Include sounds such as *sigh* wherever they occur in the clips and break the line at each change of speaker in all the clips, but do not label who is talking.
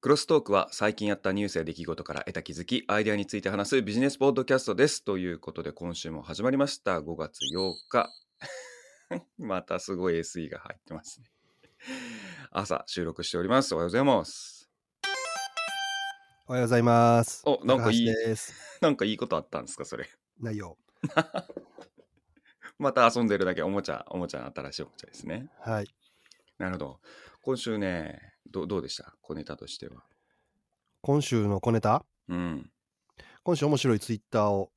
クロストークは最近やったニュースや出来事から得た気づき、アイデアについて話すビジネスポッドキャストです。ということで、今週も始まりました。5月8日。またすごい SE が入ってますね。朝収録しております。おはようございます。
おはようございます。
お、なんかいい、なんかいいことあったんですか、それ。
ないよ。
また遊んでるだけ、おもちゃ、おもちゃの新しいおもちゃですね。
はい。
なるほど。今週ね、どどうでした小ネタとしては。
今週の小ネタ
うん。
今週面白いツイッターを。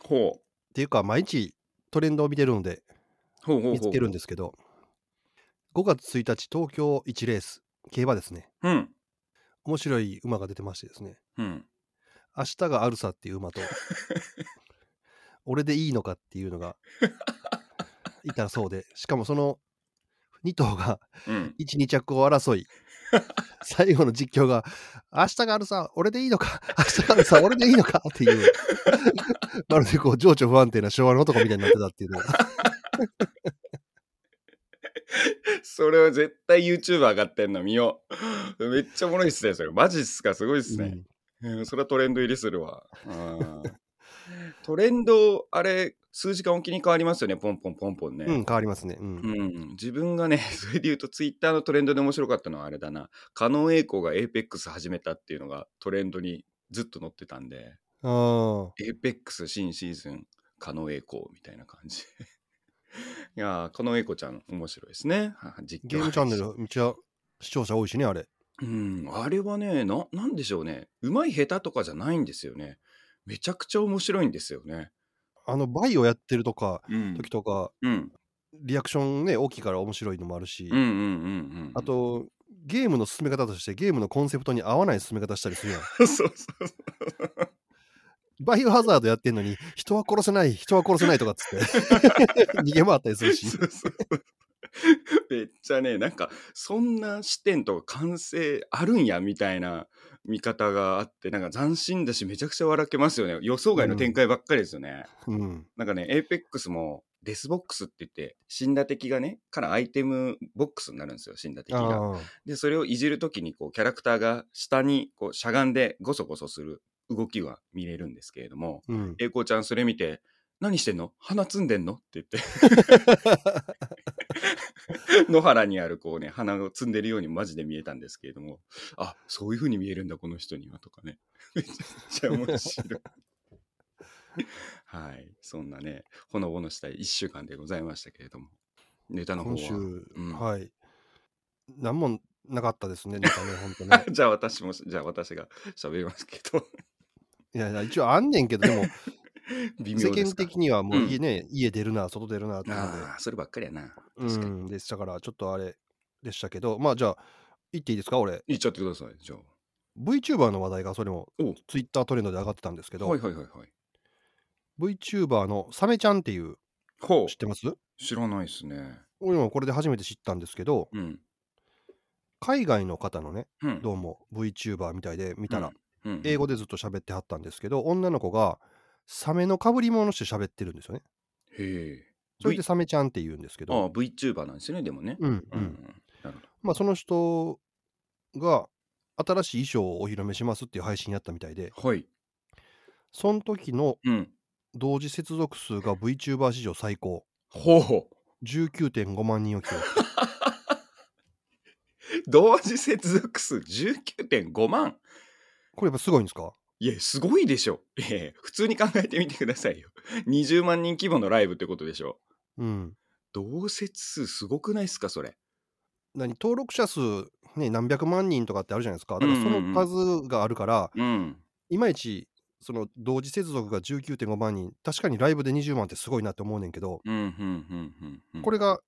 ほう。
っていうか、毎日トレンドを見てるので、
ほうほう
見つけるんですけど、5月1日、東京1レース、競馬ですね。
うん。
面白い馬が出てましてですね。
うん。
明日がアルサっていう馬
*laughs*
と、俺でいいのかっていうのが、いたそうで、しかもその2頭が1、1、うん、2着を争 *laughs* い、最後の実況が、明日があるさ、俺でいいのか、明日があるさ、俺でいいのかっていう、 *laughs* まるでこう、情緒不安定な昭和の男みたいになってたっていうのが。
それは絶対 YouTube 上がってんの見よう。 *laughs* めっちゃおもろいっすね、それ。マジっすか、すごいっすね。うん、それはトレンド入りするわ。トレンド、あれ、数時間おきに変わりますよね、ポンポンポンポンね。
うん、変わりますね。うん。
うん、自分がね、 *laughs* それで言うと、ツイッターのトレンドで面白かったのはあれだな、加納栄光が APEX 始めたっていうのがトレンドにずっと載ってたんで、APEX 新シーズン、加納栄光みたいな感じ。 *laughs* いやー、加納栄光ちゃん、面白いですね。
実況ゲームチャンネル、めちゃ視聴者多いしね、あれ。
うん、あれはね、ななんでしょうね、うまい下手とかじゃないんですよね。めちゃくちゃ面白いんですよね。
あのバイをやってるとか、うん、時とか、
うん、
リアクションね大きいから面白いのもあるし、あとゲームの進め方としてゲームのコンセプトに合わない進め方したりするやん。
*laughs* そうそうそう
バイオハザードやってんのに人は殺せない人は殺せないとかっつって
*laughs*
逃げ回ったりするしそうそうそう
めっちゃねなんかそんな視点とか完成あるんやみたいな見方があってなんか斬新だしめちゃくちゃ笑けますよね予想外の展開ばっかりですよね、
うん、
なんかね APEX もデスボックスって言って死んだ敵がねからアイテムボックスになるんですよ死んだ敵がでそれをいじる時にこうキャラクターが下にこうしゃがんでゴソゴソする動きは見れるんですけれども、
うん、
栄光ちゃんそれ見て何してんの花摘んでんのって言って *laughs* 野原にあるこうね花を摘んでるようにマジで見えたんですけれどもあそういう風に見えるんだこの人にはとかね *laughs* めちゃくちゃ面白いはいそんなねほのぼのした1週間でございましたけれどもネタの方は
今週、
うん、
はい何もなかったですねネタね本当
*laughs*
ね
じゃあ私もじゃあ私が喋りますけど *laughs*
いやいや一応あんねんけどでも
微妙
世間的にはもう家ね、うん、家出るな、外出るなって
ああ、そればっかりやな。
確かに。うん、でしたから、ちょっとあれでしたけど、まあじゃあ、言っていいですか、俺。
言っちゃってください、じゃあ。
VTuber の話題がそれもツイッタートレンドで上がってたんですけど、
はいはいはいはい。
VTuber のサメちゃんっていう、
ほ
う知ってます
知らないですね。
俺もこれで初めて知ったんですけど、
うん、
海外の方のね、
うん、
どうも VTuber みたいで見たら、
うんうん、
英語でずっと喋ってはったんですけど、女の子が、サメのかぶり物して喋ってるんですよね。
へえ。
それでサメちゃんって言うんですけど。
ああ、VTuber なんですよね、でもね。
うん、うん。まあ、その人が新しい衣装をお披露目しますっていう配信やったみたいで、
はい。
その時の同時接続数が VTuber 史上最高。ほ
うほ
う。19.5万人を記録。
同時接続数19.5万
これやっぱすごいんですか
いや、すごいでしょ。ええ、普通に考えてみてくださいよ。20万人規模のライブってことでしょ。
うん。
同説数すごくないですか、それ。
何、登録者数、ね、何百万人とかってあるじゃないですか。だからその数があるから、
うん、
いまいち、その同時接続が19.5万人、確かにライブで20万ってすごいなって思うねんけど、これが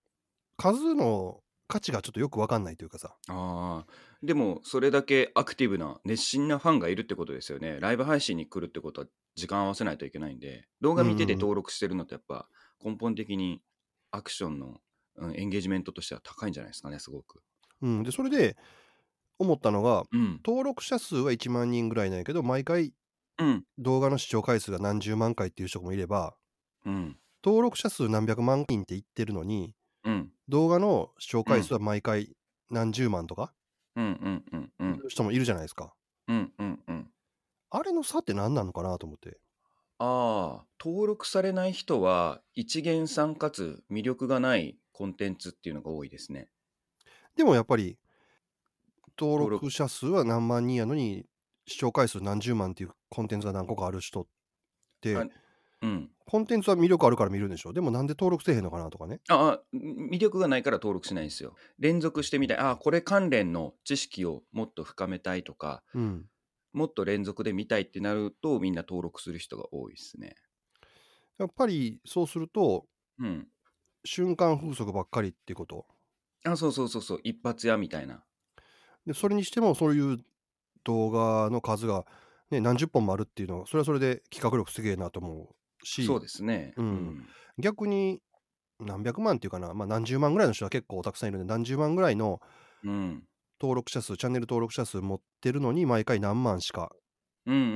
数の価値がちょっとよく分かんないというかさ
あでもそれだけアクティブな熱心なファンがいるってことですよねライブ配信に来るってことは時間合わせないといけないんで動画見てて登録してるのってやっぱ根本的にアクションの、うん、エンゲージメントとしては高いんじゃないですかねすごく、
うん、でそれで思ったのが、
うん、
登録者数は1万人ぐらいなんやけど毎回、
うん、
動画の視聴回数が何十万回っていう人もいれば、
うん、
登録者数何百万人って言ってるのに
うん、
動画の視聴回数は毎回何十万とか、
うんうんうんうん
人もいるじゃないですか。
うんうんうん
あれの差って何なのかなと思って。
ああ登録されない人は一元さんかつ魅力がないコンテンツっていうのが多いですね
でもやっぱり、登
登
録者数は何万人やのに、視聴回数何十万っていうコンテンツが何個かある人って
あ、うん
コンテンツは魅力あるから見るんでしょ。でもなんで登録せえへんのかなとかね。
ああ魅力がないから登録しないんですよ連続してみたいああこれ関連の知識をもっと深めたいとか
うん。
もっと連続で見たいってなるとみんな登録する人が多いですね
やっぱりそうすると、
うん
瞬間風速ばっかりっていうこと。
あそうそうそうそう一発屋みたいな
で、それにしてもそういう動画の数が、ね、何十本もあるっていうのは、それはそれで企画力すげえなと思うし、
そうですね
うん逆に何百万っていうかな、まあ、何十万ぐらいの人は結構たくさんいるんで、何十万ぐらいの
うん、うん
登録者数、チャンネル登録者数持ってるのに、毎回何万しか
うんうんうん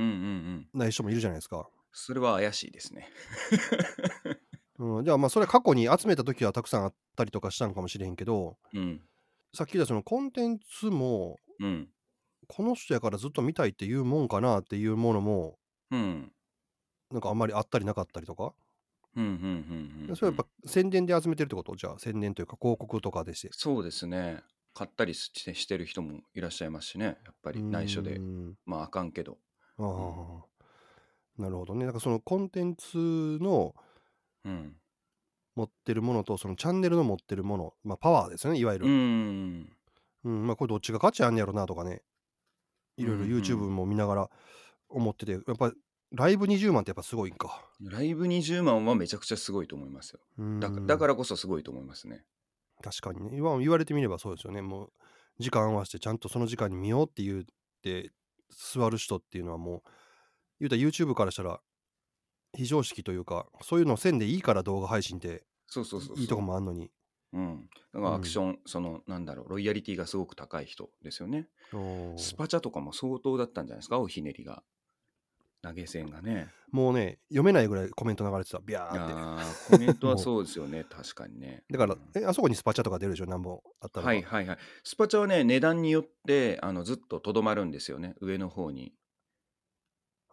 うん
ない人もいるじゃないですか。
それは怪しいですね
うん、じゃあ、まあ、それは過去に集めた時はたくさんあったりとかしたのかもしれへんけど、
うん
さっき言ったそのコンテンツも、
うん
この人やからずっと見たいっていうもんかなっていうものも、
うん
なんかあんまりあったりなかったりとか、
うんうんうんうん
それはやっぱ宣伝で集めてるってことじゃあ、宣伝というか広告とかでして。
そうですね買ったりしてしてる人もいらっしゃいますしねやっぱり内緒で
うん
まああかんけど
ああ、なるほどね。だからそのコンテンツの
うん
持ってるものと、そのチャンネルの持ってるもの、まあ、パワーですよね、いわゆる
う。ん
うん、まあこれどっちが価値あんねやろなとかね、いろいろ
うんうん
YouTube も見ながら思ってて、やっぱライブ20万ってやっぱすごいんか。。
ライブ20万はめちゃくちゃすごいと思いますよだかだかららこそすごいと思いますね
確かにね、今言われてみればそうですよね。もう時間合わせてちゃんとその時間に見ようって言って座る人っていうのはもう、言うたら YouTube からしたら非常識というか、そういうのせんでいいから動画配信って
そうそうそうそう
いいとこもあんのに。
うんだからアクション、そのなんだろうロイヤリティがすごく高い人ですよね
おー
スパチャとかも相当だったんじゃないですかおひねりが投げ銭がね
もうね、読めないぐらいコメント流れてた、ビャーって。
あーコメン
*laughs*
トはそうですよね確かにね
だから
うん、
え、あそこにスパチャとか出るでしょ、何本あったら。
はいはいはい。スパチャはね、値段によってあのずっととどまるんですよね、上の方に。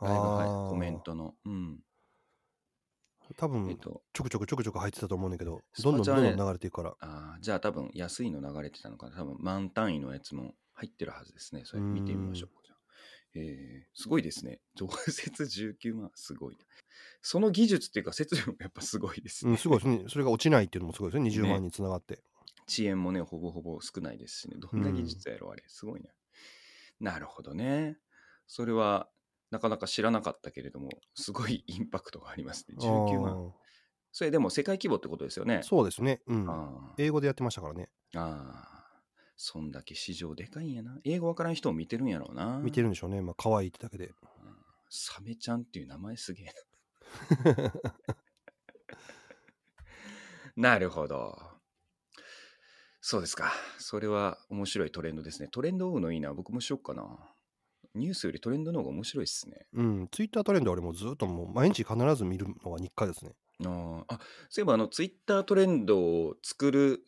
ライブ配
あー
コメントの。うん。
多
えっ
分
と、
ちょくちょくちょくちょく入ってたと思うんだけど、
ス
どん
パ
どん
チャ
ど
はね
んどん流れていくから。
あーじゃあ多分安いの流れてたのかな。多分満単位のやつも入ってるはずですね。それ見てみましょうか。えー、すごいですね。常設19万、すごいな。その技術っていうか、設備もやっぱすごいです
う
ね。
ん、すごい
*laughs*
ですね。それが落ちないっていうのもすごいですね。20
ね
万につながって。
遅延もね、ほぼほぼ少ないですしね。どんな技術やろ、あれ。すごいね。なるほどね。それは、なかなか知らなかったけれども、すごいインパクトがありますね。19万。それでも世界規模ってことですよ
あ
ね
ー。そうですね。うん。
あー
英語でやってましたからね。
あー。そんだけ市場でかいんやな。英語わからん人も見てるんやろうな。
見てるんでしょうね。まあ、可愛いってだけで。
サメちゃんっていう名前すげえ *laughs* な。なるほど。そうですか。それは面白いトレンドですね。トレンド追うのいいな。僕もしよっかな。ニュースよりトレンドの方が面白いっすね。
うん。ツイッタートレンド俺もうずっともう毎日必ず見るのが日課ですね。
あーあ、そういえばあの、ツイッタートレンドを作る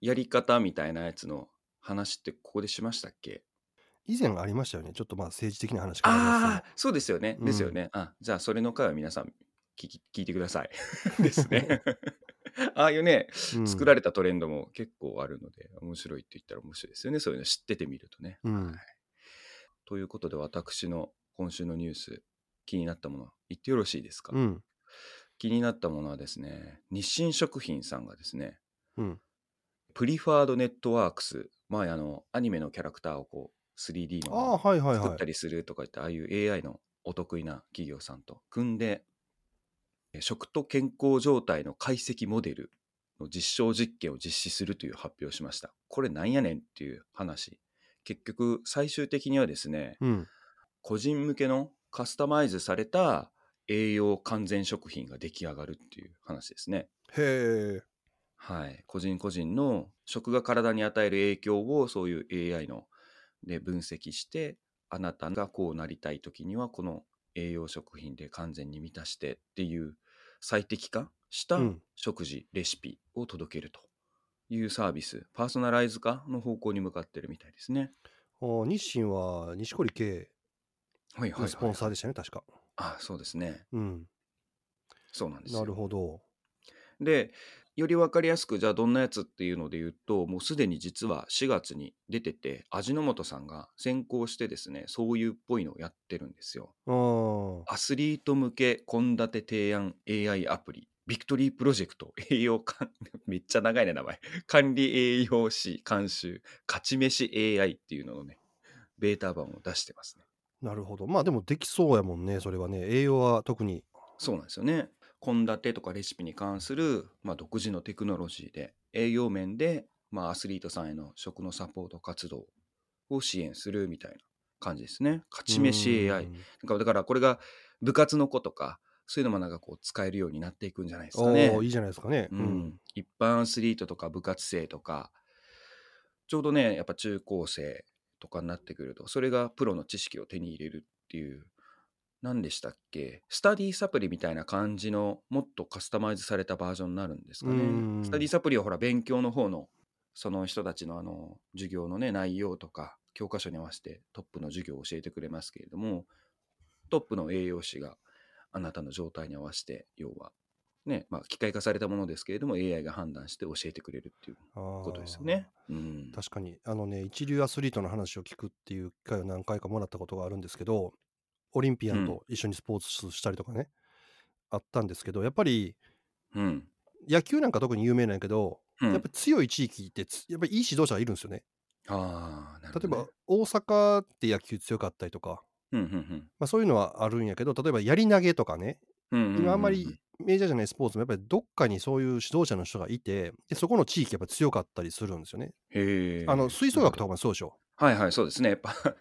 やり方みたいなやつの話ってここでしましたっけ
以前ありましたよね。ちょっとまあ政治的な話から
ああ、そうですよね。
うん
ですよね。あじゃあ、それの回は皆さん聞き聞いてください。 *laughs* です
*laughs*
ね。ああいうね、作ら
れ
れたトレンドも結構あるので、面白いって言ったら面白いですよね。そういうの知っててみるとね。
うん
はいということで、私の今週のニュース、気になったもの、言ってよろしいですか、
うん。
気になったものはですね、日清食品さんがですね、
うん。
プリファードネットワークス、まあ、あの、アニメのキャラクターをこう、3D の
ああー、はいはい
作
は
った
い。
りするとか言って、ああいう AI のお得意な企業さんと組んでえ食と健康状態の解析モデルの実証実験を実施するという発表をしましたこれなんやねんっていう話結局最終的にはですね
うん。
個人向けのカスタマイズされた栄養完全食品が出来上がるっていう話ですね
へえ。
はい、個人個人の食が体に与える影響をそういう AI ので分析してあなたがこうなりたい時にはこの栄養食品で完全に満たしてっていう最適化した
うん
食事、レシピを届けるというサービス、パーソナライズ化の方向に向かってるみたいですね。
お日清は錦織圭
はいはい、は
の
い。
スポンサーでしたね、確か。
あそうですね。
うん。
そうなんですよ。
なるほど。
で、より分かりやすく、じゃあどんなやつっていうので言うと、もうすでに実は4月に出てて、味の素さんが先行してですね、そういうっぽいのをやってるんですよ。
あ
アスリート向け献立提案 AI アプリ、ビクトリープロジェクト、 *laughs* 栄養管、めっちゃ長いね、名前。 *laughs* 管理栄養士監修、勝ち飯 AI っていうののね、ベータ版を出してますね。
あ、なるほど。まあでもできそうやもんね、それはね。栄養は特に。
そうなんですよね。献立とかレシピに関する、まあ、独自のテクノロジーで、栄養面で、まあ、アスリートさんへの食のサポート活動を支援するみたいな感じですね。勝ち飯 AI
う。ん
なんかだからこれが部活の子とかそういうのもなんかこう使えるようになっていくんじゃないですかね
おー。いいじゃないですかね。
うん。一般アスリートとか部活生とかちょうどねやっぱ中高生とかになってくるとそれがプロの知識を手に入れるっていう何でしたっけスタディサプリみたいな感じのもっとカスタマイズされたバージョンになるんですか
うん
ね。スタディサプリはほら勉強の方のその人たちのあの授業のね内容とか教科書に合わせてトップの授業を教えてくれますけれどもトップの栄養士があなたの状態に合わせて要はねまあ機械化されたものですけれども AI が判断して教えてくれるっていう
こ
ことですよね。。うん、
確かにあのね一流アスリートの話を聞くっていう機会を何回かもらったことがあるんですけどオリンピアンと一緒にスポーツしたりとかね、あったんですけどやっぱり
うん
野球なんか特に有名なんやけど、
うん、
やっぱ強い地域ってつやっぱりいい指導者がいるんですよね。
ああなるほど、
例え
ね、
ば大阪って野球強かったりとか、
うんうん
まあ、そういうのはあるんやけど例えばやり投げとかね
うんうんうんうん
今あんまりメジャーじゃないスポーツもやっぱりどっかにそういう指導者の人がいてでそこの地域やっぱ強かったりするんですよね。
へえ
あの吹奏楽とかもそうでしょ。
はいはいそうですねやっぱ *laughs*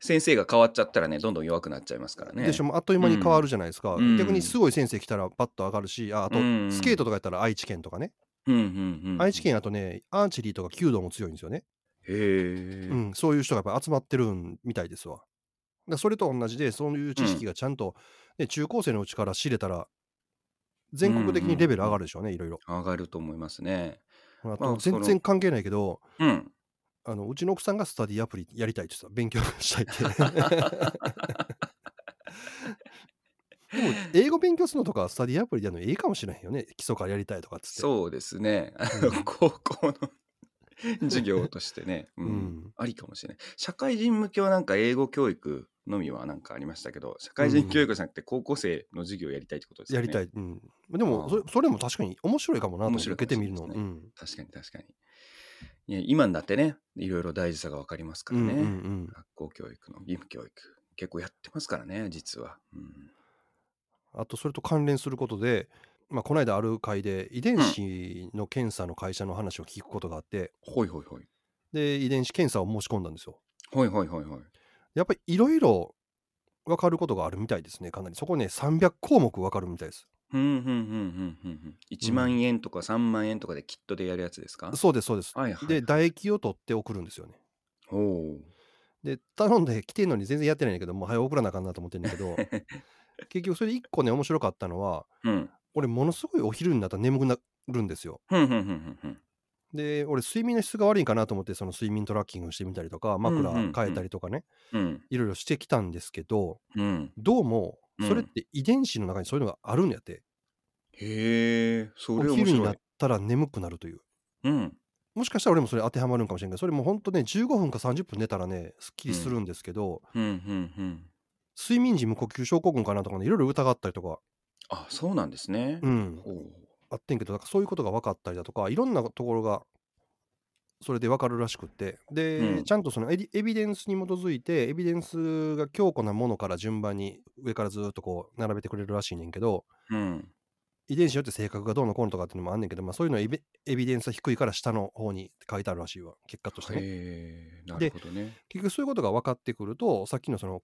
先生が変わっちゃったらねどんどん弱くなっちゃいますからね
でしょもうあっという間に変わるじゃないですか、
うん
逆にすごい先生来たらパッと上がるしああと
うん
スケートとかやったら愛知県とかね、
うんうんうん
愛知県あとねアーチェリーとか弓道も強いんですよね、
へえ、
うんそういう人がやっぱ集まってるんみたいですわだからそれと同じでそういう知識がちゃんと、ね、中高生のうちから知れたら全国的にレベル上がるでしょうね、いろいろ
上がると思いますね
あ
ま
と
あ
全
その
然関係ないけど
うん
あのうちの奥さんがスタディアプリやりたいって
*laughs*
言ってた勉強したいってでも英語勉強するのとかスタディアプリでやるのいいかもしれへんよね基礎からやりたいとかっつって
そうですね。あ
う
の
ん
高校の授業として
*laughs*
ね、うん
うん
ありかもしれない。社会人向けはなんか英語教育のみはなんかありましたけど、社会人教育じゃなくて高校生の授業やりたいってことですよ
や
ね。
りた
い。
い、うん、で
あ
も
あ
それそれも確かに面白いかもなと思
面
って
白い
受けてみる
か
の、
もしれ
うん
確かに確かに。いや今になってね、いろいろ大事さがわかりますからね。
うんうんうん
学校教育の義務教育。結構やってますからね、実は。うん
あとそれと関連することで、まあ、この間ある会で遺伝子の検査の会社の話を聞くことがあって
ほいほいほい。
で遺伝子検査を申し込んだんですよ
ほいほいほいほい。
やっぱりいろいろ分かることがあるみたいですねかなりそこね300項目分かるみたいです
ふんふんふんふんふんふん。1万円とか3万円とかでキットでやるやつですか
そうですそうです
はいはい。
で唾液を取って送るんですよね
おお。
で頼んで来てんのに全然やってないんだけどもう早送らなあかんなと思ってんだけ
*laughs*
ど結局それで1個ね面白かったのは
うん。
俺ものすごいお昼になったら眠くなるんですよ
ふんふんふんふんふん。
で俺睡眠の質が悪いんかなと思ってその睡眠トラッキングしてみたりとか枕
うんうんうん
変えたりとかね、
うん。
いろいろしてきたんですけど
うん。
どうも
うん
それって遺伝子の中にそういうのがあるんやって、
へえ、それ
お
面
昼にな
白
っ
い。
たら眠くなるという
うん。
もしかしたら俺もそれ当てはまるんかもしれんけどそれもほんとね15分か30分寝たらねすっきりするんですけど、
うん。うん。うん。
睡眠時無呼吸症候群かなとかねいろいろ疑ったりとか、
あ、そうなんですね。
うん、
おお。
あってんけどだからそういうことが分かったりだとかいろんなところがそれで分かるらしくってで、
うん
ちゃんとそのエディエビデンスに基づいてエビデンスが強固なものから順番に上からずーっとこう並べてくれるらしいねんけど
うん。
遺伝子によって性格がどうのこうのとかっていうのもあんねんけど、まあ、そういうのはエビエビデンスは低いから下の方にって書いてあるらしいわ結果としてね
へえ、なる
で
ほどね。
結局そういうことが分かってくるとさっきのその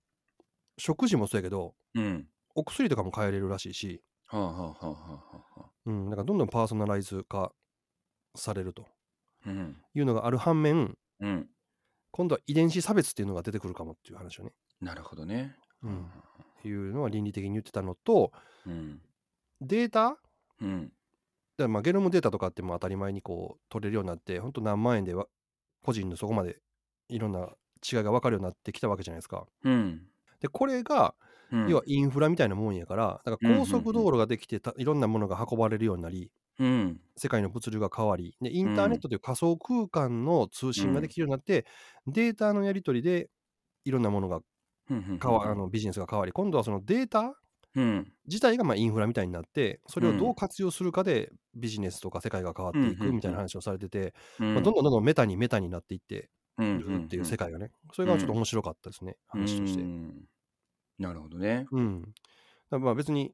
食事もそうやけど
うん。
お薬とかも変えれるらしいし、
はあはあはあはあはあはあ。
うん、だからどんどんパーソナライズ化されると
うん。
いうのがある反面
うん。
今度は遺伝子差別っていうのが出てくるかもっていう話をね、
なるほどね。
うんっていうのは倫理的に言ってたのと
うん。
データ
うん。
だからまあゲノムデータとかってもう当たり前にこう取れるようになって、本当何万円でわ個人のそこまでいろんな違いが分かるようになってきたわけじゃないですか。
うん。
で、これが、
うん
要はインフラみたいなもんやから、だから高速道路ができてた、いろんなものが運ばれるようになり、
うん。
世界の物流が変わり、でインターネットという仮想空間の通信ができるようになって、データのやり取りでいろんなものが
うん。
変わ、あのビジネスが変わり、今度はそのデータ
うん。
自体がまあインフラみたいになって、それをど
うん
う活用するかでビジネスとか世界が変わってい
うんうんう
く
ん
みたいな話をされてて、
うん。
まあどんどんどんどんメタにメタになっていって
うん
るっていう世界がね、それがちょっと面白かったですね、話として
う。んなるほどね。
うん。だからまあ別に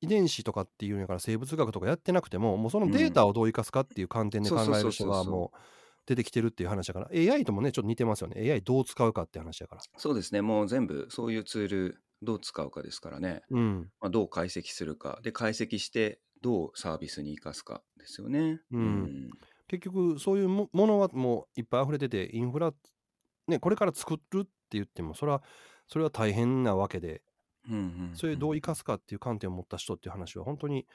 遺伝子とかっていうんやから生物学とかやってなくても、もうそのデータをどう生かすかっていう観点で
うん
考
そうそう
え
そ
る
うそ
人
うそう
がもう出てきてるっていう話だから、AI ともね、ちょっと似てますよね。AI どう使うかって話だから。
そうですね。もう全部そういうツールどう使うかですからね。
うん。
まあ、どう解析するか。で、解析してどうサービスに生かすかですよね。
うん結局、そういうもものはもういっぱい溢れてて、インフラ、ね、これから作るって言っても、それは、それは大変なわけで、
うん。うん。
それどう生かすかっていう観点を持った人っていう話は、本当に、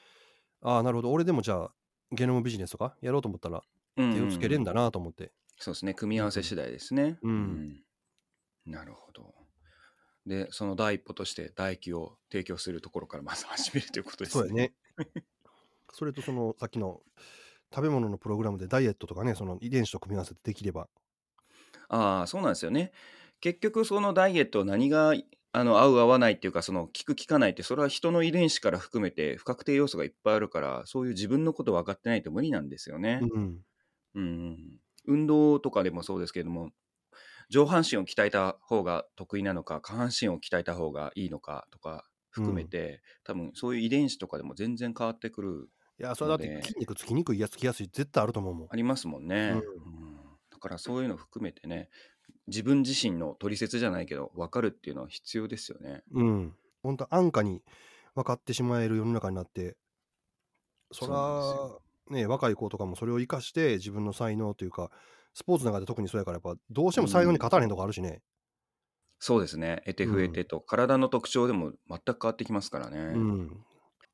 ああ、なるほど、俺でもじゃあ、ゲノムビジネスとかやろうと思ったら、手をつけれんだ
な。
なと思って。
そうですね。組み合わせ次第ですね。
うん
うんなるほど。で、その第一歩として唾液を提供するところからまず始めるということです
そうやね。それとそのさっきの食べ物のプログラムでダイエットとかね、その遺伝子と組み合わせてできれば。
ああそうなんですよね。結局そのダイエット何があの合う合わないっていうかその効く効かないってそれは人の遺伝子から含めて不確定要素がいっぱいあるからそういう自分のこと分かってないと無理なんですよね。
うん。
うんうん運動とかでもそうですけれども上半身を鍛えた方が得意なのか下半身を鍛えた方がいいのかとか含めて、多分そういう遺伝子とかでも全然変わってくる
いや、それだって
ね
筋肉つきにくいやつきやすい絶対あると思うもん
あ。りますもんね、
うん
うんだからそういうの含めてね自分自身の取説じゃないけど分かるっていうのは必要ですよね
うん。本当安価に分かってしまえる世の中になって、
そ
そ
うなん
ら、ね、若い子とかもそれを生かして自分の才能というか、スポーツなんかで特にそうやから、やっぱどうしても才能に勝たれへんとかあるしね。
そうですね得て増えてと、体の特徴でも全く変わってきますからね、
うん。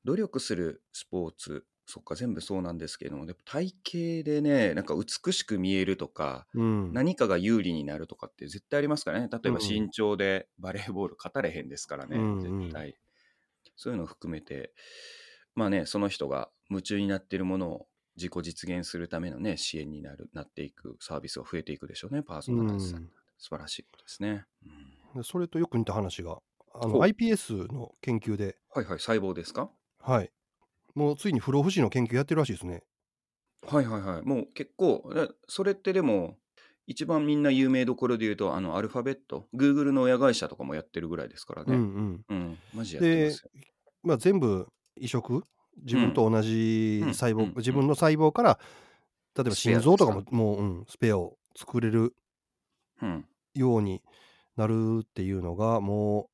努力するスポーツそっか全部そうなんですけれどもでも体型でねなんか美しく見えるとか
うん。
何かが有利になるとかって絶対ありますからね例えば
うん
身長でバレーボール勝たれへんですからね、
うんうん
絶対そういうのを含めてまあねその人が夢中になっているものを自己実現するためのね支援になるなっていくサービスが増えていくでしょうねパーソナルさん、
うん
素晴らしいことですね、うん
でそれとよく似た話が、あ
ほ
の
う
iPS の研究で、
はいはい細胞ですか
はい。もうついに不老不死の研究やってるらしいですね。
はいはいはいもう結構えそれってでも一番みんな有名どころで言うとあのアルファベット Google の親会社とかもやってるぐらいですから
う
ね、
ん
う
うんん。
マジやってま
です
よ、
まあ、全部移植、自分と同じ
うんう
細
ん
胞、
うん
自分の細胞から、例えば
スペア
心臓とかも、もう、うん、スペアを作れる
うん、
ようになるっていうのが、も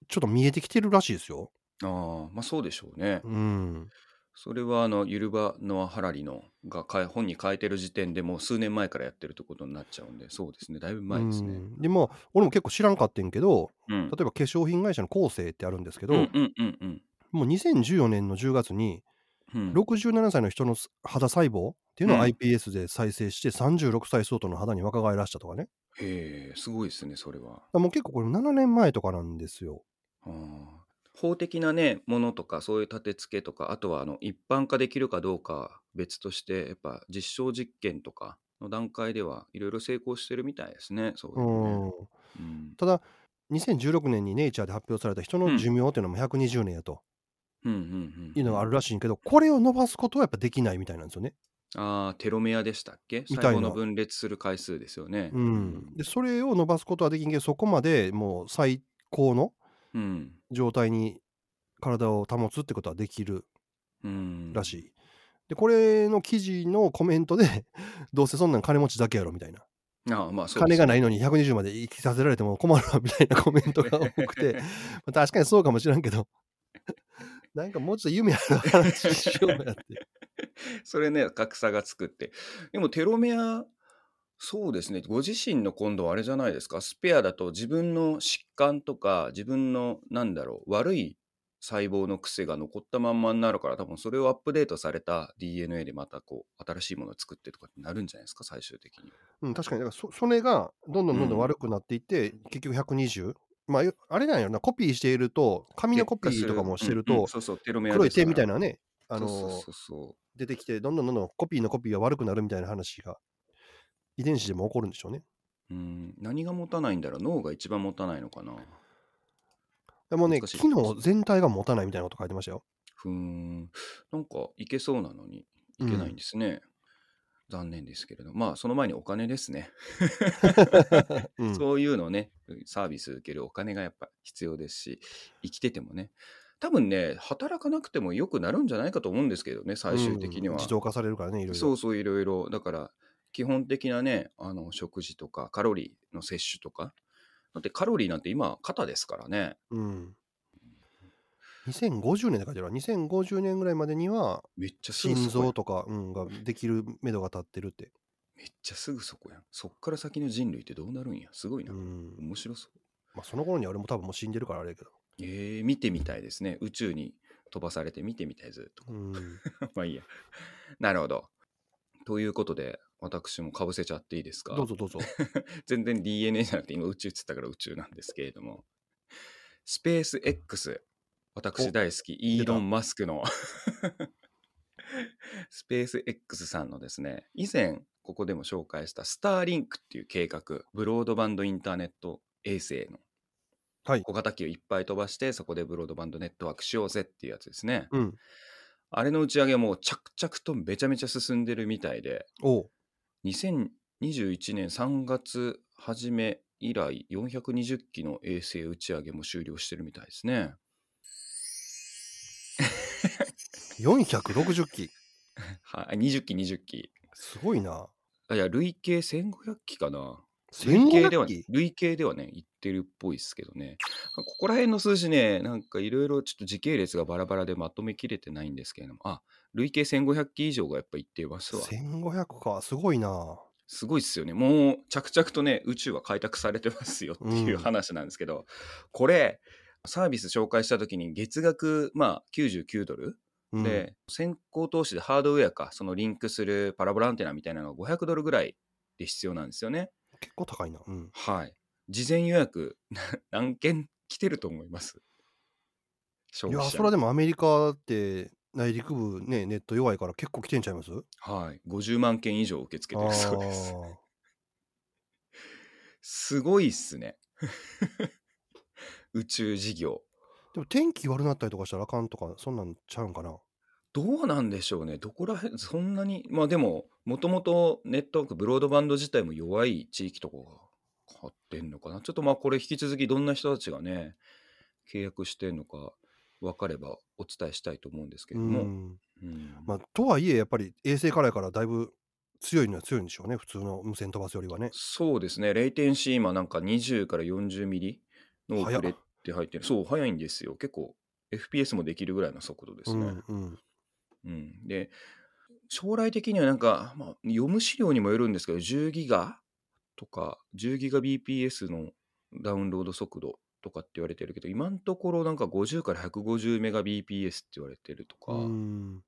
う、ちょっと見えてきてるらしいですよ。
ああ、まあそうでしょうね。
うん。
それはあの、ゆるばノア・ハラリのがかえ本に書いてる時点でもう数年前からやってるってことになっちゃうんで、そうですね、だいぶ前です
う
ね。
んでも、俺も結構知らんかってんけど、
うん。
例えば化粧品会社のコーセーってあるんですけど、
うんうんうんうん
もう2014年の10月に、
うん。
67歳の人の肌細胞っていうのを
うん
iPS で再生して36歳相当の肌に若返らしたとかね。
へえ、すごいですね、それは。
もう結構これ7年前とかなんですよ。
ああ法的なね、ものとか、そういう立て付けとか、あとはあの一般化できるかどうかは別として、やっぱ実証実験とかの段階ではいろいろ成功してるみたいですね、そういう
う
のね。
ん。
うん。
ただ、2016年にネイチャーで発表された人の寿命っていうのも120年やと
うんうんうん。
いうのがあるらしいんやけど、これを伸ばすことはやっぱできないみたいなんですよね。
ああ、テロメアでしたっけ
みたいな
細胞の分裂する回数ですよね。
うん。で、それを伸ばすことはできんけど、そこまでもう最高の
うん。
状態に体を保つってことはできる
うん。
らしい。で、これの記事のコメントで、 *laughs* どうせそんなん金持ちだけやろみたいな。
い。ああ、まあそう。
金がないいのに120まで生きさせられても困るわみたいなコメントが多
*laughs*
くて、まあ確かにそうかもしらんけど、なんかもうちょっと夢ある話しよう
*laughs*
やって。
それね、格差がつくって。でもテロメア、そうですね。ご自身の今度はあれじゃないですか。スペアだと自分の疾患とか、自分のなんだろう、悪い細胞の癖が残ったまんまになるから多分それをアップデートされた DNA でまたこう新しいものを作ってとかってなるんじゃないですか最終的に。
うん、確かに、だからそそれがどんどんどんどん悪くなっていって、結局120、まあ、よあれなんやろな、コピーしていると、紙のコピーとかもしてると、
うんうんそうそうテロメア
黒い手みたい
な、
なね、あの
そうそうそう
出てきて、どんどんどんどんコピーのコピーが悪くなるみたいな話が、遺伝子でも起こるんでしょうね。
そううん何が持たないんだろう脳が一番持たないのかな
でもね、
難しい
機能全体が持たないみたいなこと書いてましたよ。
ふーんなんかいけそうなのにいけないんですね、残念ですけれどまあその前にお金ですね、
うん、
そういうのねサービス受けるお金がやっぱ必要ですし生きててもね多分ね働かなくてもよくなるんじゃないかと思うんですけどね最終的には、
うん自動化されるからね、いろいろ。
そうそういろいろだから基本的なねあの食事とかカロリーの摂取とかだってカロリーなんて今肩ですからね
うん。2050年で書いてあるわ2050年ぐらいまでには
めっちゃすぐ
心
そこや
臓
ん
とか、うん、ができる目処が立ってるって、
めっちゃすぐそこやんそっから先の人類ってどうなるんやすごいな、
うん
面白そう
まあ、その頃には俺も多分もう死んでるからあれやけど、
えー、見てみたいですね宇宙に飛ばされて見てみたいずっと
うん、
*laughs* まあいいや。なるほど。ということで、私もかぶせちゃっていいですか
どうぞどうぞ
全然 DNA じゃなくて、今宇宙って言ったから宇宙なんですけれども。スペース X。私大好き、イーロン・マスクのスペース X さんのですね、以前ここでも紹介したスターリンクっていう計画、ブロードバンドインターネット衛星の
はい
小型機をいっぱい飛ばして、そこでブロードバンドネットワークしようぜっていうやつですね。
うん
あれの打ち上げも着々とめちゃめちゃ進んでるみたいで、
おう
2021年3月初め以来420機の衛星打ち上げも終了してるみたいですね。
460機
はい、20機20機。
すごいな
あいや、累計1500機かな。累計では
1500
ね
機、
累計ではね、言ってるっぽいですけどね。ここら辺の数字ね、なんかいろいろちょっと時系列がバラバラでまとめきれてないんですけれども、あ、累計1500機以上がやっぱ言ってますわ。
1500かすごいな
すごいっすよね。もう着々とね、宇宙は開拓されてますよっていう
うん
話なんですけど、これ、サービス紹介した時に月額、まあ、99ドル、
うん
で、先行投資でハードウェアか、そのリンクするパラボラアンテナみたいなのが500ドルぐらいで必要なんですよね。
結構高いなうん
はい。事前予約、 *laughs* 何件来てると思います消
いや
費
そ
者
れはでもアメリカって内陸部ねネット弱いから結構来てんちゃいます
はい。50万件以上受け付けてるそうです。
あー
すごいっすね。 *laughs* 宇宙事業。
でも天気悪なったりとかしたらあかんとかそんなんちゃうんかな
どうなんでしょうね、どこら辺、そんなに、まあでも、もともとネットワーク、ブロードバンド自体も弱い地域とかが買ってんのかな、ちょっとまあこれ、引き続きどんな人たちがね、契約してんのか分かればお伝えしたいと思うんですけれども、
うん
うん
まあ、とはいえ、やっぱり衛星からやからだいぶ強いのは強いんでしょうね、普通の無線飛ばすよりはね。
そうですね、レイテンシー、今、なんか20から40ミリの
早
遅
っ
れって入ってる、そう、早いんですよ、結構、FPS もできるぐらいの速度ですね。
うんうん、
うん、で将来的にはなんか、まあ、読む資料にもよるんですけど10ギガとか10ギガ BPS のダウンロード速度とかって言われてるけど今のところなんか50から150メガ BPS って言われてるとか、
うん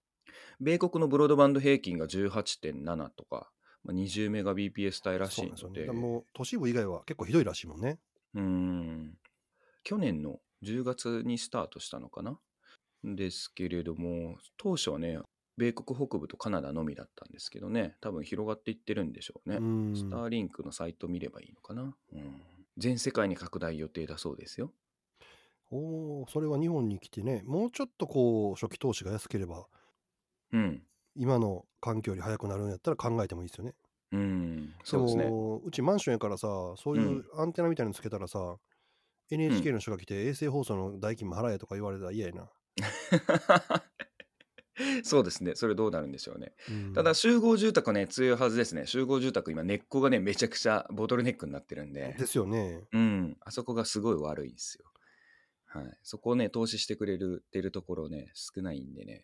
米国のブロードバンド平均が18.7とか、まあ、20メガ BPS 帯らし
そう
い
なんですよ
の
ね。
で
だからもう都市部以外は結構ひどいらしいもんね。
うん去年の10月にスタートしたのかなですけれども当初はね米国北部とカナダのみだったんですけどね多分広がっていってるんでしょうね、
うん
スターリンクのサイト見ればいいのかな、うん、全世界に拡大予定だそうですよ
おお、それは日本に来てね、もうちょっとこう初期投資が安ければ、
うん
今の環境より早くなるんやったら考えてもいいですよね。
うんそうですね
もうちマンションやからさ、そういううアンテナみたいなのつけたらさ、NHK の人が来て衛星放送の代金も払えとか言われたら嫌やな。
*laughs* そうですねそれどうなるんでしょうね
うん
ただ集合住宅はね強いはずですね集合住宅今根っこがねめちゃくちゃボトルネックになってるんで
ですよね。
うん、あそこがすごい悪いんですよ。はい。そこをね、投資してくれる、てるところね、少ないんでね。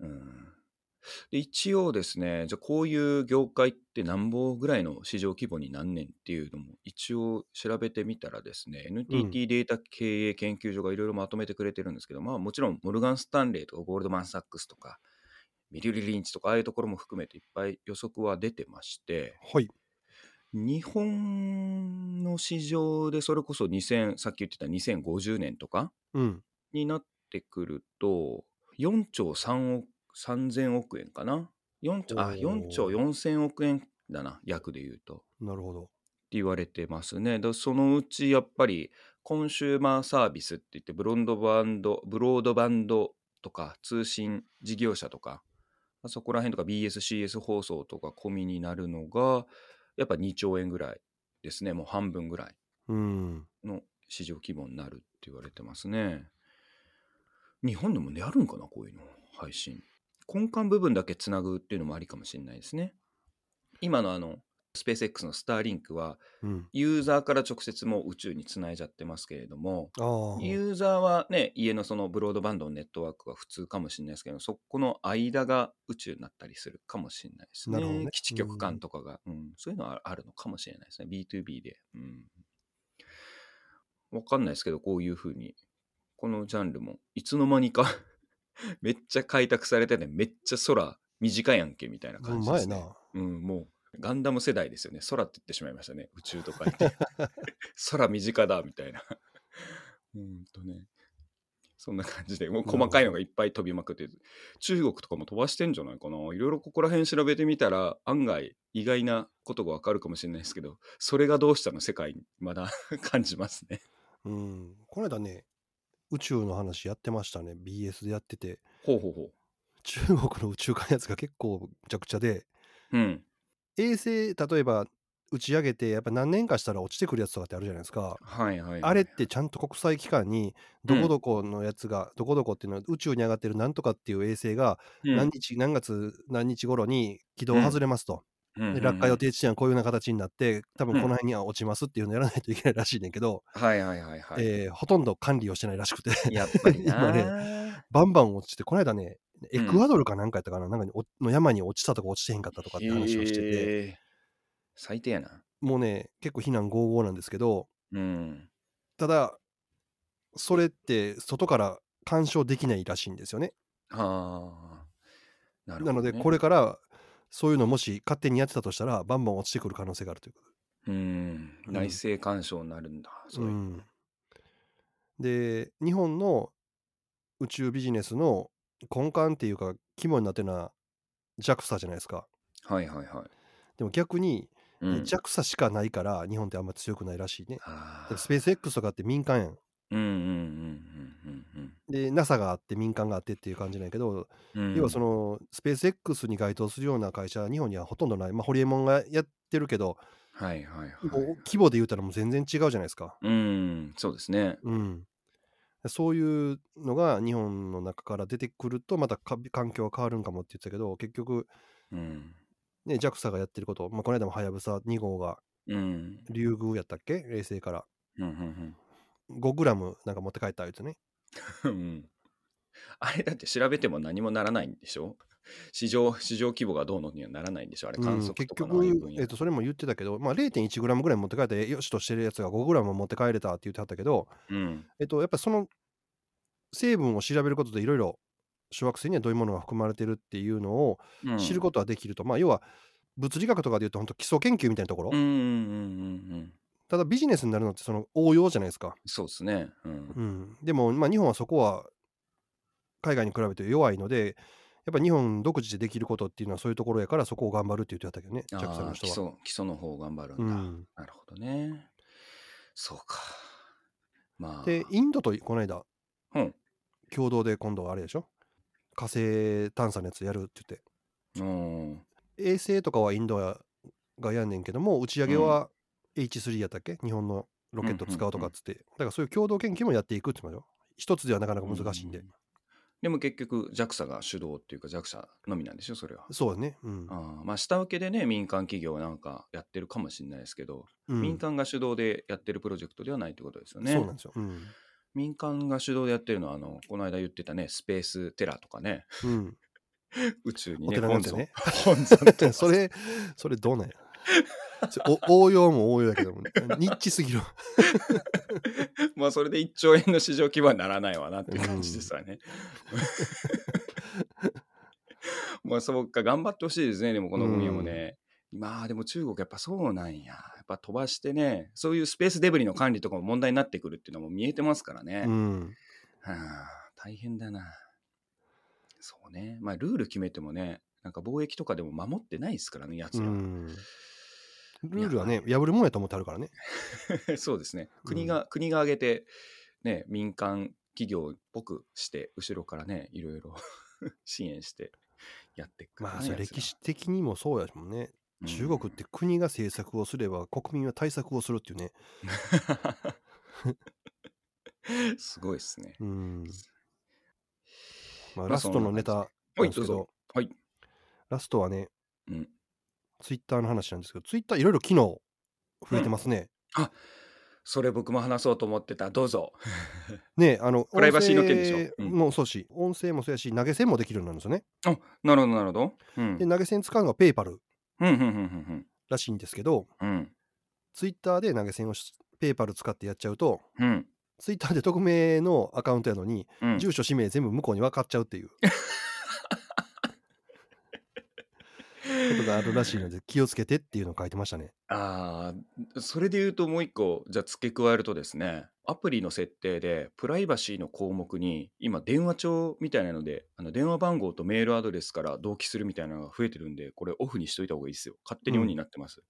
うん。で一応ですね、じゃあこういう業界ってなんぼぐらいの市場規模になんねんっていうのも一応調べてみたらですね、NTT データ経営研究所がいろいろまとめてくれてるんですけど、まあもちろんモルガン・スタンレーとかゴールドマン・サックスとか、ミリュリ・リンチとかああいうところも含めていっぱい予測は出てまして、
はい。
日本の市場でそれこそ2000さっき言ってた2050年とか
うん。
になってくると4兆3億3000億円かな 4, 兆あ
おー
4兆4000億円だな約で言うとって
なるほど。
言われてますねだそのうちやっぱりコンシューマーサービスって言ってブロンドバンドブロードバンドとか通信事業者とかあそこら辺とか BSCS 放送とか込みになるのがやっぱ2兆円ぐらいですねもう半分ぐらい
うん。
の市場規模になるって言われてますね。日本でもね、あるんかな、こういうの、配信。根幹部分だけつなぐっていうのもありかもしれないですね。今のあの、スペース X のスターリンクは、
うん。
ユーザーから直接もう宇宙につないじゃってますけれども、
ああ。
ユーザーはね、家のそのブロードバンドのネットワークが普通かもしれないですけど、そこの間が宇宙になったりするかもしれないですね。
なるほどね
基地局間とかが、うんそういうのはあるのかもしれないですね。B2B で。うん。わかんないですけど、こういうふうに、このジャンルも、いつの間にか、 *laughs* めっちゃ開拓されてて、めっちゃ空短いやんけみたいな
う
感
ん
じで
前
すね。
な。
うん、もうガンダム世代ですよね。空って言ってしまいましたね。宇宙とか言
*laughs*
って。空身近だみたいな。 *laughs* うんとね。そんな感じで、もう細かいのがいっぱい飛びまくって、中国とかも飛ばしてんじゃないかな。いろいろここら辺調べてみたら、案外意外なことがわかるかもしれないですけど、それがどうしたの世界にまだ *laughs* 感じますね。
うん。この間ね、宇宙の話やってましたね。BS でやって *laughs* て。
ほうほうほ
中国の宇宙開発が結構むちゃくちゃで、
う。うん。
衛星、例えば打ち上げて、やっぱ何年かしたら落ちてくるやつとかってあるじゃないですか。
はいはい、はい。
あれってちゃんと国際機関に、どこどこのやつが、どこどこっていうのは宇宙に上がってるなんとかっていう衛星が、
うん、
何日、何月、何日頃に軌道を外れますと。
うんうんう
で
ん
落下予定地点はこういうような形になって、多分この辺には落ちますっていうのをやらないといけないらしいねんけど、
はいはいはいはい。
えーほとんど管理をしてないらしくて、 *laughs*
やっぱりな。
今バンバン落ちて、この間ね、エクアドルかなんかやったかな、なんかにおの山に落ちたとか落ちてへんかったとかって話をしてて、
へー最低やな。
もうね、結構非難合々なんですけど、
うん。
ただ、それって外から干渉できないらしいんですよね。
はあ。なるほど
なの
ね、
で、これから、そういうのもし勝手にやってたとしたら、バンバン落ちてくる可能性があるというこ
うん。内政干渉になるんだ。
と。
そういう。
んで、日本の宇宙ビジネスの根幹っていうか、肝になってるのは JAXA じゃないですか。
はいはいはい。
でも逆に、
うん
JAXA しかないから、日本ってあんま強くないらしいね。
あ
だって
ー
スペース X とかって民間やん。
うんうんうんうん
で、NASA があって民間があってっていう感じなんやけど、
うんうんうん。
要はそ
の、
のスペース X に該当するような会社は日本にはほとんどない。まあ、ホリエモンがやってるけど、
はいはいはい。
もう規模で言うたらもう全然違うじゃないですか。
うん、そうですね。
うん。そういうのが日本の中から出てくると、またか環境は変わるんかもって言ってたけど、結局、
うん。
ね、JAXA がやってること、まあ、この間もはやぶさ2号が、
うん。うん
リュウグウやったっけ衛星から。
うん
5グラムなんか持って帰ったやつね。
うんうん。あれだって調べても何もならないんでしょ市場、市場規模がどうのにはならないんでしょあれ
うん
観測
結
とかのあ
局
あいう分、野
えっとそれも言ってたけど、まあ、0.1グラムぐらい持って帰ったらよしとしてるやつが5グラム持って帰れたって言ってはったけど、
うん。
えっと、やっぱりその成分を調べることでいろいろ小惑星にはどういうものが含まれてるっていうのを
うん
知ることはできると、まあ要は物理学とかでいうと本当基礎研究みたいなところ、
うんうんうんうんうん。
ただビジネスになるのってその応用じゃないですか、
そうですね。うん。
うん、でもまあ日本はそこは海外に比べて弱いのでやっぱ日本独自でできることっていうのはそういうところやからそこを頑張るって言ってはったけどね
あ
JAXA の
あー基
人は。
礎基礎の方を頑張るんだ、
うん、
なるほどねそうかまあ
でインドとこの間
うん
共同で今度はあれでしょ火星探査のやつやるって
う
言って
ん
衛星とかはインドがやんねんけども打ち上げは H3 やったっけ日本のロケット使うとかっつって、だからそういう共同研究もやっていくって言ってましたよ一つではなかなか難しいんで、
うでも結局 JAXA が主導っていうか JAXA のみなんでしょそれは
そうだねうん、
あーまあ下請けでね民間企業なんかやってるかもしれないですけど、
うん
民間が主導でやってるプロジェクトではないってことですよね
そうなんですよ、うん
民間が主導でやってるのはあのこの間言ってたねスペーステラとかね *laughs*
うん *laughs*
宇宙に
お
ね、
寺なんてね
本尊本尊
*laughs*
と
それ、それどうなんや。それお応用も応用だけども、ニッチすぎる。
まあそれで1兆円の市場規模はならないわなっていう感じですわね。 *laughs* まあそうか頑張ってほしいですねでもこの分野もね。まあでも中国やっぱそうなんや。やっぱ飛ばしてねそういうスペースデブリの管理とかも問題になってくるっていうのも見えてますから *laughs* ね。
うん。
はあ、大変だな。そうね。まあルール決めてもねなんか貿易とかでも守ってないですからねやつ
う
ら。
ん。ルールはね、破るもんやと思ってあるからね。
*laughs* そうですね。
うん
国が、国が挙げて、ね、民間企業っぽくして、後ろからね、いろいろ *laughs* 支援してやっていくからね
まあ、それ
やつら
歴史的にもそうやもんね。
うん
中国って国が政策をすれば国民は対策をするっていうね。
*laughs* すごいですね。
うん。
ま
まあ、
あ
ラストのネタ
は、
ないんです
どう
けど
ぞ。、はい。
ラストはね、
うん。
ツイッターの話なんですけど、ツイッターいろいろ機能増えてますね。
それ僕も話そうと思ってた。どうぞ。
ねあの、
プライバシーの件でしょ
音
う
声
ん
もそうし、音声もそうやし、投げ銭もできるようになるんですよね。
あ、なるほど、なるほど。うん。う
で、
ん、
投げ銭使うのがペイパル
うん、うん、うん
らしいんですけど、
うん。うん。
ツイッターで投げ銭をしペイパル使ってやっちゃうと、
うん。
ツイッターで匿名のアカウントやのに、
うん、
住所、氏名全部向こうに分かっちゃうっていうことがあるらしいので、気をつけてっていうのを書いてましたね。
ああ、それで言うともう一個、じゃあ付け加えるとですね、アプリの設定で、プライバシーの項目に、今、電話帳みたいなので、あの電話番号とメールアドレスから同期するみたいなのが増えてるんで、これ、オフにしといた方がいいですよ。勝手にオンになってます。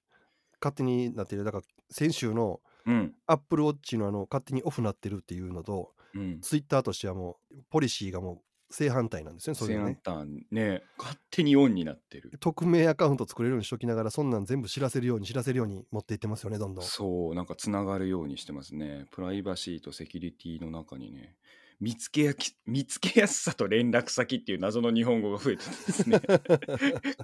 勝手になってる、だから先週の
うん、
アップルウォッチのあの勝手にオフなってるっていうのと、
うん。
ツイッターとしてはもう、ポリシーがもう正反対なんですね、それ
セ
が
アン
ね。
タンね、勝手にオンになってる。
匿名アカウント作れるようにしときながら、そんなん全部知らせるように知らせるように持っていってますよね、どんどん。
そう、なんかつながるようにしてますね。プライバシーとセキュリティの中にね、見つけやき見つけやすさと連絡先っていう謎の日本語が増えててですね。 *laughs*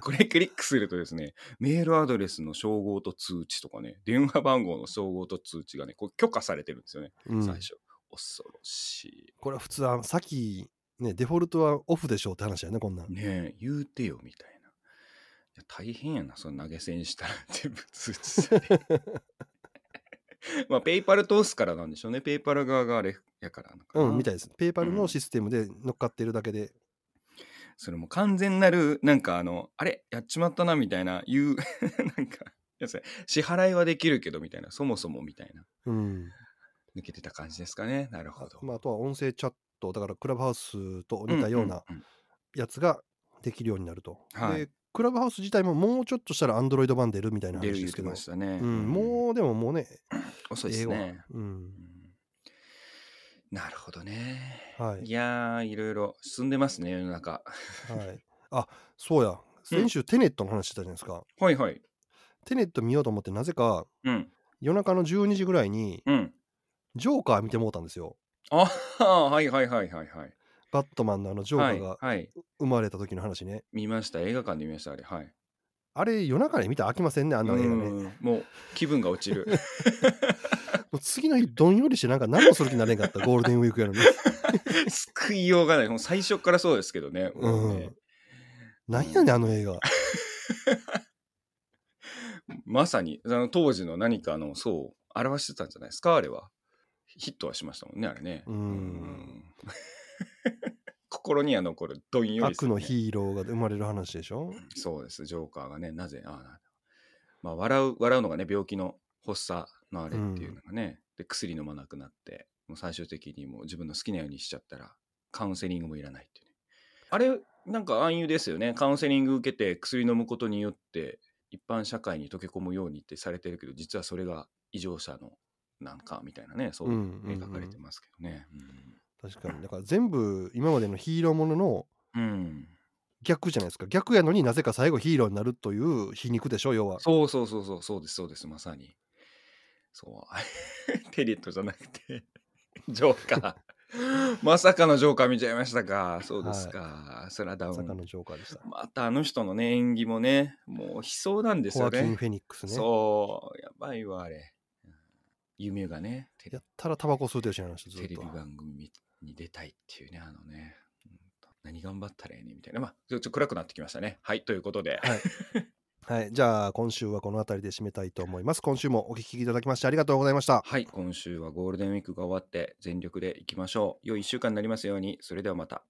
これクリックするとですね、メールアドレスの称号と通知とかね、電話番号の称号と通知がね、これ許可されてるんですよね、
*laughs* うん
最初。恐ろし
これは普通は、さっき、ね、デフォルトはオフでしょうって話だよね、こんなん
い。。ねえ、言うてよ、みたいな。いや大変やな、その投げ銭したら全部通知される
*laughs*
まあ、ペイパル通すからなんでしょうね。ペイパル側がレフやからなのかな。
うん、みたいです。ペイパル
う
の
ん
システムで乗っかってるだけで、
それも完全なる、なんかあの、あれやっちまったな、みたいな、言う、 *laughs* なんか、やつ支払いはできるけど、みたいな、そもそもみたいな、
うん。
抜けてた感じですかね。なるほど。
まあ、あとは音声チャット、だからクラブハウスと似たような
うんうん
やつができるようになると。
はい
で、クラブハウス自体ももうちょっとしたらアンドロイド版出るみたい
うん
な
出る
話で
言っ
すけ
て
ど
まし、たね。
うん、もうでももうね、
うん遅いです
英
ね
語。うん
う、んなるほどね。
はい
いやー、いろいろ進んでますね、世の中。
はい。あそうや、先週テネットの話してたじゃないですか。
はいはい。
テネット見ようと思って、なぜか
うん、
夜中の12時ぐらいに、
うん。
ジョーカー見てもうたんですよ。
ああ、はいはいはいはいはい。
バットマンのあのジョーカ
は
ー
い、
が
はい。
生まれた時の話ね。
見ました、映画館で見ました、あれ。はい。
あれ、夜中に見たら飽きませんね、あの映画ね。も
うんもう気分が落
*laughs*
ちる。
う次の日、どんよりして、なんか何もする気になれんかった、ゴールデンウィークやのに。
救いようがない。もう最初からそうですけどね。もうね
何やねん、あの映画。
まさに、あの当時の何かの、そう、表してたんじゃないですか、あれは。ヒットはしましたもんね、あれね。
うん
ん *laughs* 心には残る、どんよりする
悪
ね、
のヒーローが生まれる話でしょ。
そうです、ジョーカーがね、なぜ、ああなまあ、笑う、笑うのがね、病気の発作のあれっていうのがね、で、薬飲まなくなって、もう最終的にもう自分の好きなようにしちゃったら、カウンセリングもいらないっていうね。あれ、なんか暗喩ですよね。カウンセリング受けて薬飲むことによって、一般社会に溶け込むようにってされてるけど、実はそれが異常者のなんかみたいなね、そう
うんうんうん
描かれてますけどね。
確かに。だから全部、今までのヒーローものの
うん。うん
逆じゃないですか。逆やのになぜか最後ヒーローになるという皮肉でしょ、要は。
そうそうそうそうそうですそうですまさに *laughs* そうテリットじゃなくて *laughs* ジョーカ
*laughs*
ーまさかのジョーカー見ちゃいましたかそうですか、それはダウ
まさかの
ン
ジョーカーでした。
またあの人のね演技もねもう悲壮なんです
ホ
よ
アキン・
ね
フェニックスね。
そうやばいわあれ夢がねテレ
やったらタバコ吸うてるしな、あの人ず
テレ
っ
ビ
と。
番組に出たいっていうねあのね何頑張ったらええねんみたいな。まあ、ちょっと暗くなってきましたね。はい、ということで。
はいはい、じゃあ今週はこの辺りで締めたいと思います。今週もお聞きいただきましてありがとうございました。
はい、今週はゴールデンウィークが終わって全力でいきましょう。良い1週間になりますように。それではまた。